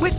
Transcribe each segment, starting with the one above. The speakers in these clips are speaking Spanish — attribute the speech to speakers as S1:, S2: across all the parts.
S1: With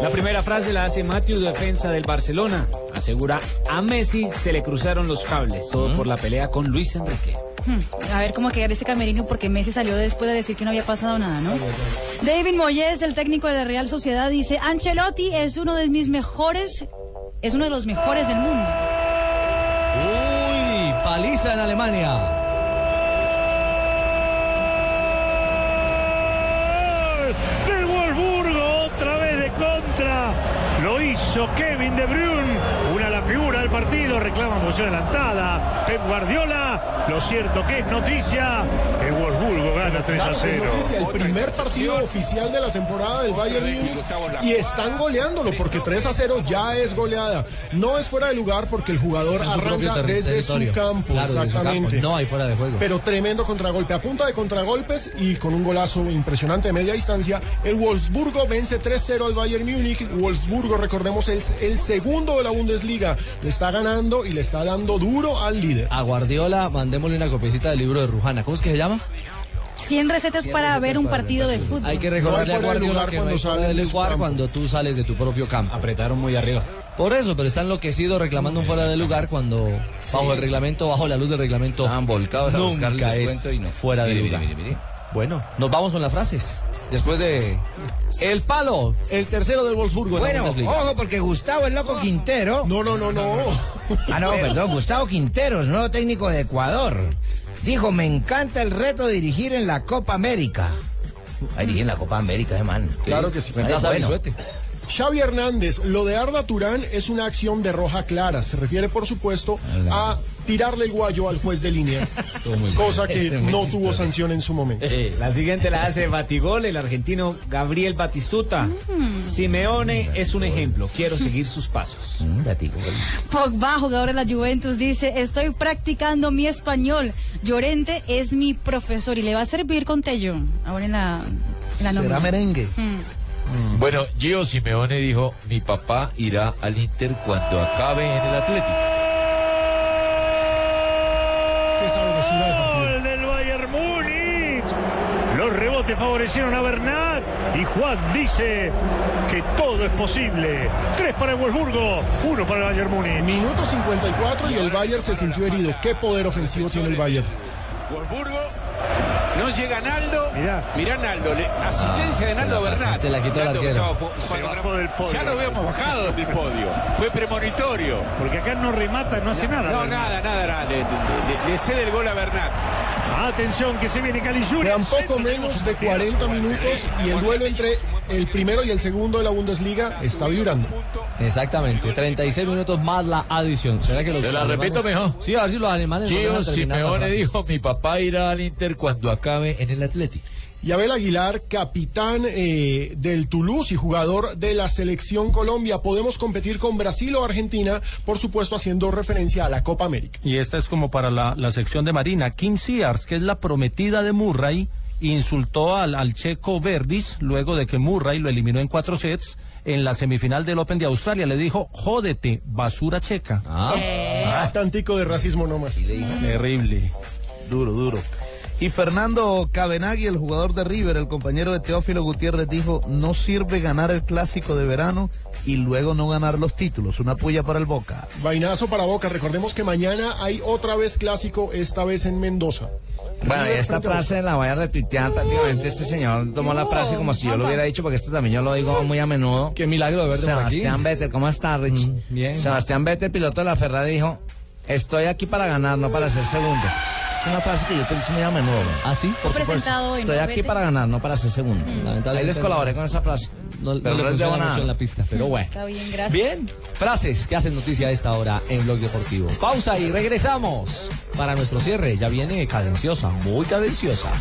S2: La primera frase la hace Matthew, defensa del Barcelona. Asegura, a Messi se le cruzaron los cables, todo por la pelea con Luis Enrique.
S3: A ver cómo queda ese camerino porque Messi salió después de decir que no había pasado nada, ¿no? David Moyes, el técnico de la Real Sociedad, dice, Ancelotti es uno de mis mejores, es uno de los mejores del mundo.
S4: Uy, paliza en Alemania.
S5: del Wolfsburgo, otra vez de contra. Lo hizo Kevin De Bruyne, una a la figura del partido, reclama moción adelantada. Pep Guardiola, lo cierto que es noticia, el Wolfsburgo gana 3 a
S6: Danos
S5: 0.
S6: noticia, el primer partido oficial de la temporada del Bayern Múnich y están goleándolo porque 3 a 0 ya es goleada. No es fuera de lugar porque el jugador
S4: En su propio
S6: arranca
S4: terri-
S6: desde
S4: territorio.
S6: su campo,
S4: Claro, desde su
S6: exactamente.
S4: campo. No hay fuera de juego.
S6: Pero tremendo contragolpe, a punta de contragolpes y con un golazo impresionante de media distancia, el Wolfsburgo vence 3-0 al Bayern Múnich. Wolfsburgo, recordemos, es el segundo de la Bundesliga. Le está ganando y le está dando duro al líder.
S4: A Guardiola, mandémosle una copiecita del libro de Rujana. ¿Cómo es que se llama?
S3: 100 recetas para ver un partido de fútbol.
S4: Hay que recordarle
S6: No
S4: a
S6: hay fuera de
S4: Guardiola
S6: lugar
S4: que no
S6: cuando
S4: hay fuera
S6: salen
S4: de
S6: de su
S4: lugar
S6: campo.
S4: cuando tú sales de tu propio campo.
S2: Apretaron muy arriba.
S4: Por eso, pero está enloquecido reclamando un fuera de lugar cuando bajo el reglamento, bajo la luz del reglamento.
S7: Estaban volcados a
S4: nunca
S7: buscar el
S4: es
S7: descuento y no.
S4: Fuera de
S7: Mire, mire,
S4: lugar.
S7: mire, mire.
S4: Bueno, nos vamos con las frases. Después de El Palo, el tercero del Wolfsburgo. en la
S7: Bueno,
S4: Bundesliga.
S7: ojo, porque Gustavo el
S2: Ah.
S7: loco Quintero.
S6: No, no, no, no.
S7: Ah, no, perdón, Gustavo Quinteros, nuevo técnico de Ecuador. Dijo, me encanta el reto de dirigir en la Copa América. Ahí dirigir en la Copa América, eh, man.
S6: Claro que sí.
S7: Ah,
S4: Reemplaza a
S7: bueno.
S4: Bisuete.
S6: Xavi Hernández, lo de Arda Turán es una acción de roja clara. Se refiere, por supuesto, a tirarle el guayo al juez de línea, cosa que no tuvo sanción en su momento.
S2: La siguiente la hace Batigol, el argentino Gabriel Batistuta. Simeone es un ejemplo. Quiero seguir sus pasos.
S7: Mm, ratico.
S3: Pogba, jugador de la Juventus, dice, estoy practicando mi español. Llorente es mi profesor y le va a servir con Tello. Ahora en la, en la nómina.
S4: Será merengue.
S8: Bueno, Gio Simeone dijo, mi papá irá al Inter cuando acabe en el Atlético.
S6: Qué sabrosura de partido.
S5: Gol del Bayern Múnich. Los rebotes favorecieron a Bernat y Juan dice que todo es posible. Tres para el Wolfsburgo, uno para el Bayern Múnich.
S6: Minuto 54 y el Bayern se sintió herido. Qué poder ofensivo tiene el Bayern.
S8: Wolfsburgo, no llega Naldo.
S5: Mirá.
S8: Mirá Naldo, le- asistencia de
S4: se
S8: Naldo
S4: la-
S8: Bernal.
S4: se la quitó el arquero.
S5: Se bajó del podio.
S8: Ya lo habíamos bajado del podio. Fue premonitorio.
S5: Porque acá no remata, no hace nada.
S8: No,
S5: Bernat.
S8: nada, nada, nada. Le, le- le cede el gol a Bernal.
S5: Atención que se viene Cali Junior.
S6: Quedan poco menos de 40 minutos y el duelo entre el primero y el segundo de la Bundesliga está vibrando.
S4: Exactamente, 36 minutos más la adición. ¿Será que los
S8: Se la repito mejor.
S4: Sí, a ver si los alemanes. no
S8: Gio
S4: dejan terminar las
S8: Simeone
S4: frases.
S8: dijo, mi papá irá al Inter cuando acabe en el Atlético.
S6: Y Abel Aguilar, capitán eh, del Toulouse y jugador de la selección Colombia, podemos competir con Brasil o Argentina, por supuesto haciendo referencia a la Copa América.
S5: Y esta es como para la, la sección de Marina. Kim Sears, que es la prometida de Murray, insultó al, al checo Verdis luego de que Murray lo eliminó en cuatro sets en la semifinal del Open de Australia. Le dijo, jódete, basura checa.
S6: Ah, tantico de racismo nomás.
S5: Terrible.
S7: Duro, duro. Y Fernando Cabenagui, el jugador de River, el compañero de Teófilo Gutiérrez, dijo, no sirve ganar el clásico de verano y luego no ganar los títulos. Una puya para el Boca.
S6: Vainazo para Boca. Recordemos que mañana hay otra vez clásico, esta vez en Mendoza.
S7: Bueno, y
S6: River
S7: esta
S6: frente a Boca.
S7: frase la voy a retuitear prácticamente. Este señor tomó la frase como si yo lo hubiera dicho, porque esto también yo lo digo muy a menudo.
S4: Qué milagro de verte por aquí.
S7: Sebastián Vettel, ¿cómo está, Rich?
S4: Mm, bien.
S7: Sebastián Vettel, piloto de la Ferrari, dijo: Estoy aquí para ganar, no para ser segundo. Es una frase que yo utilizo muy a menudo. güey.
S4: ¿Ah, sí?
S3: Fue presentado hoy,
S7: Estoy
S3: ¿no,
S7: aquí
S3: Vettel?
S7: para ganar, no para ser segundo.
S4: Mm, Lamentablemente
S7: Ahí les
S4: no.
S7: colaboré con esa frase.
S4: No, no
S7: pero
S4: le
S7: no les
S4: funciona
S7: debo
S4: mucho
S7: nada.
S4: en la pista, pero bueno.
S3: Está bien, gracias.
S4: Bien, frases que hacen noticia a esta hora en Blog Deportivo. Pausa y regresamos para nuestro cierre. Ya viene cadenciosa, muy cadenciosa.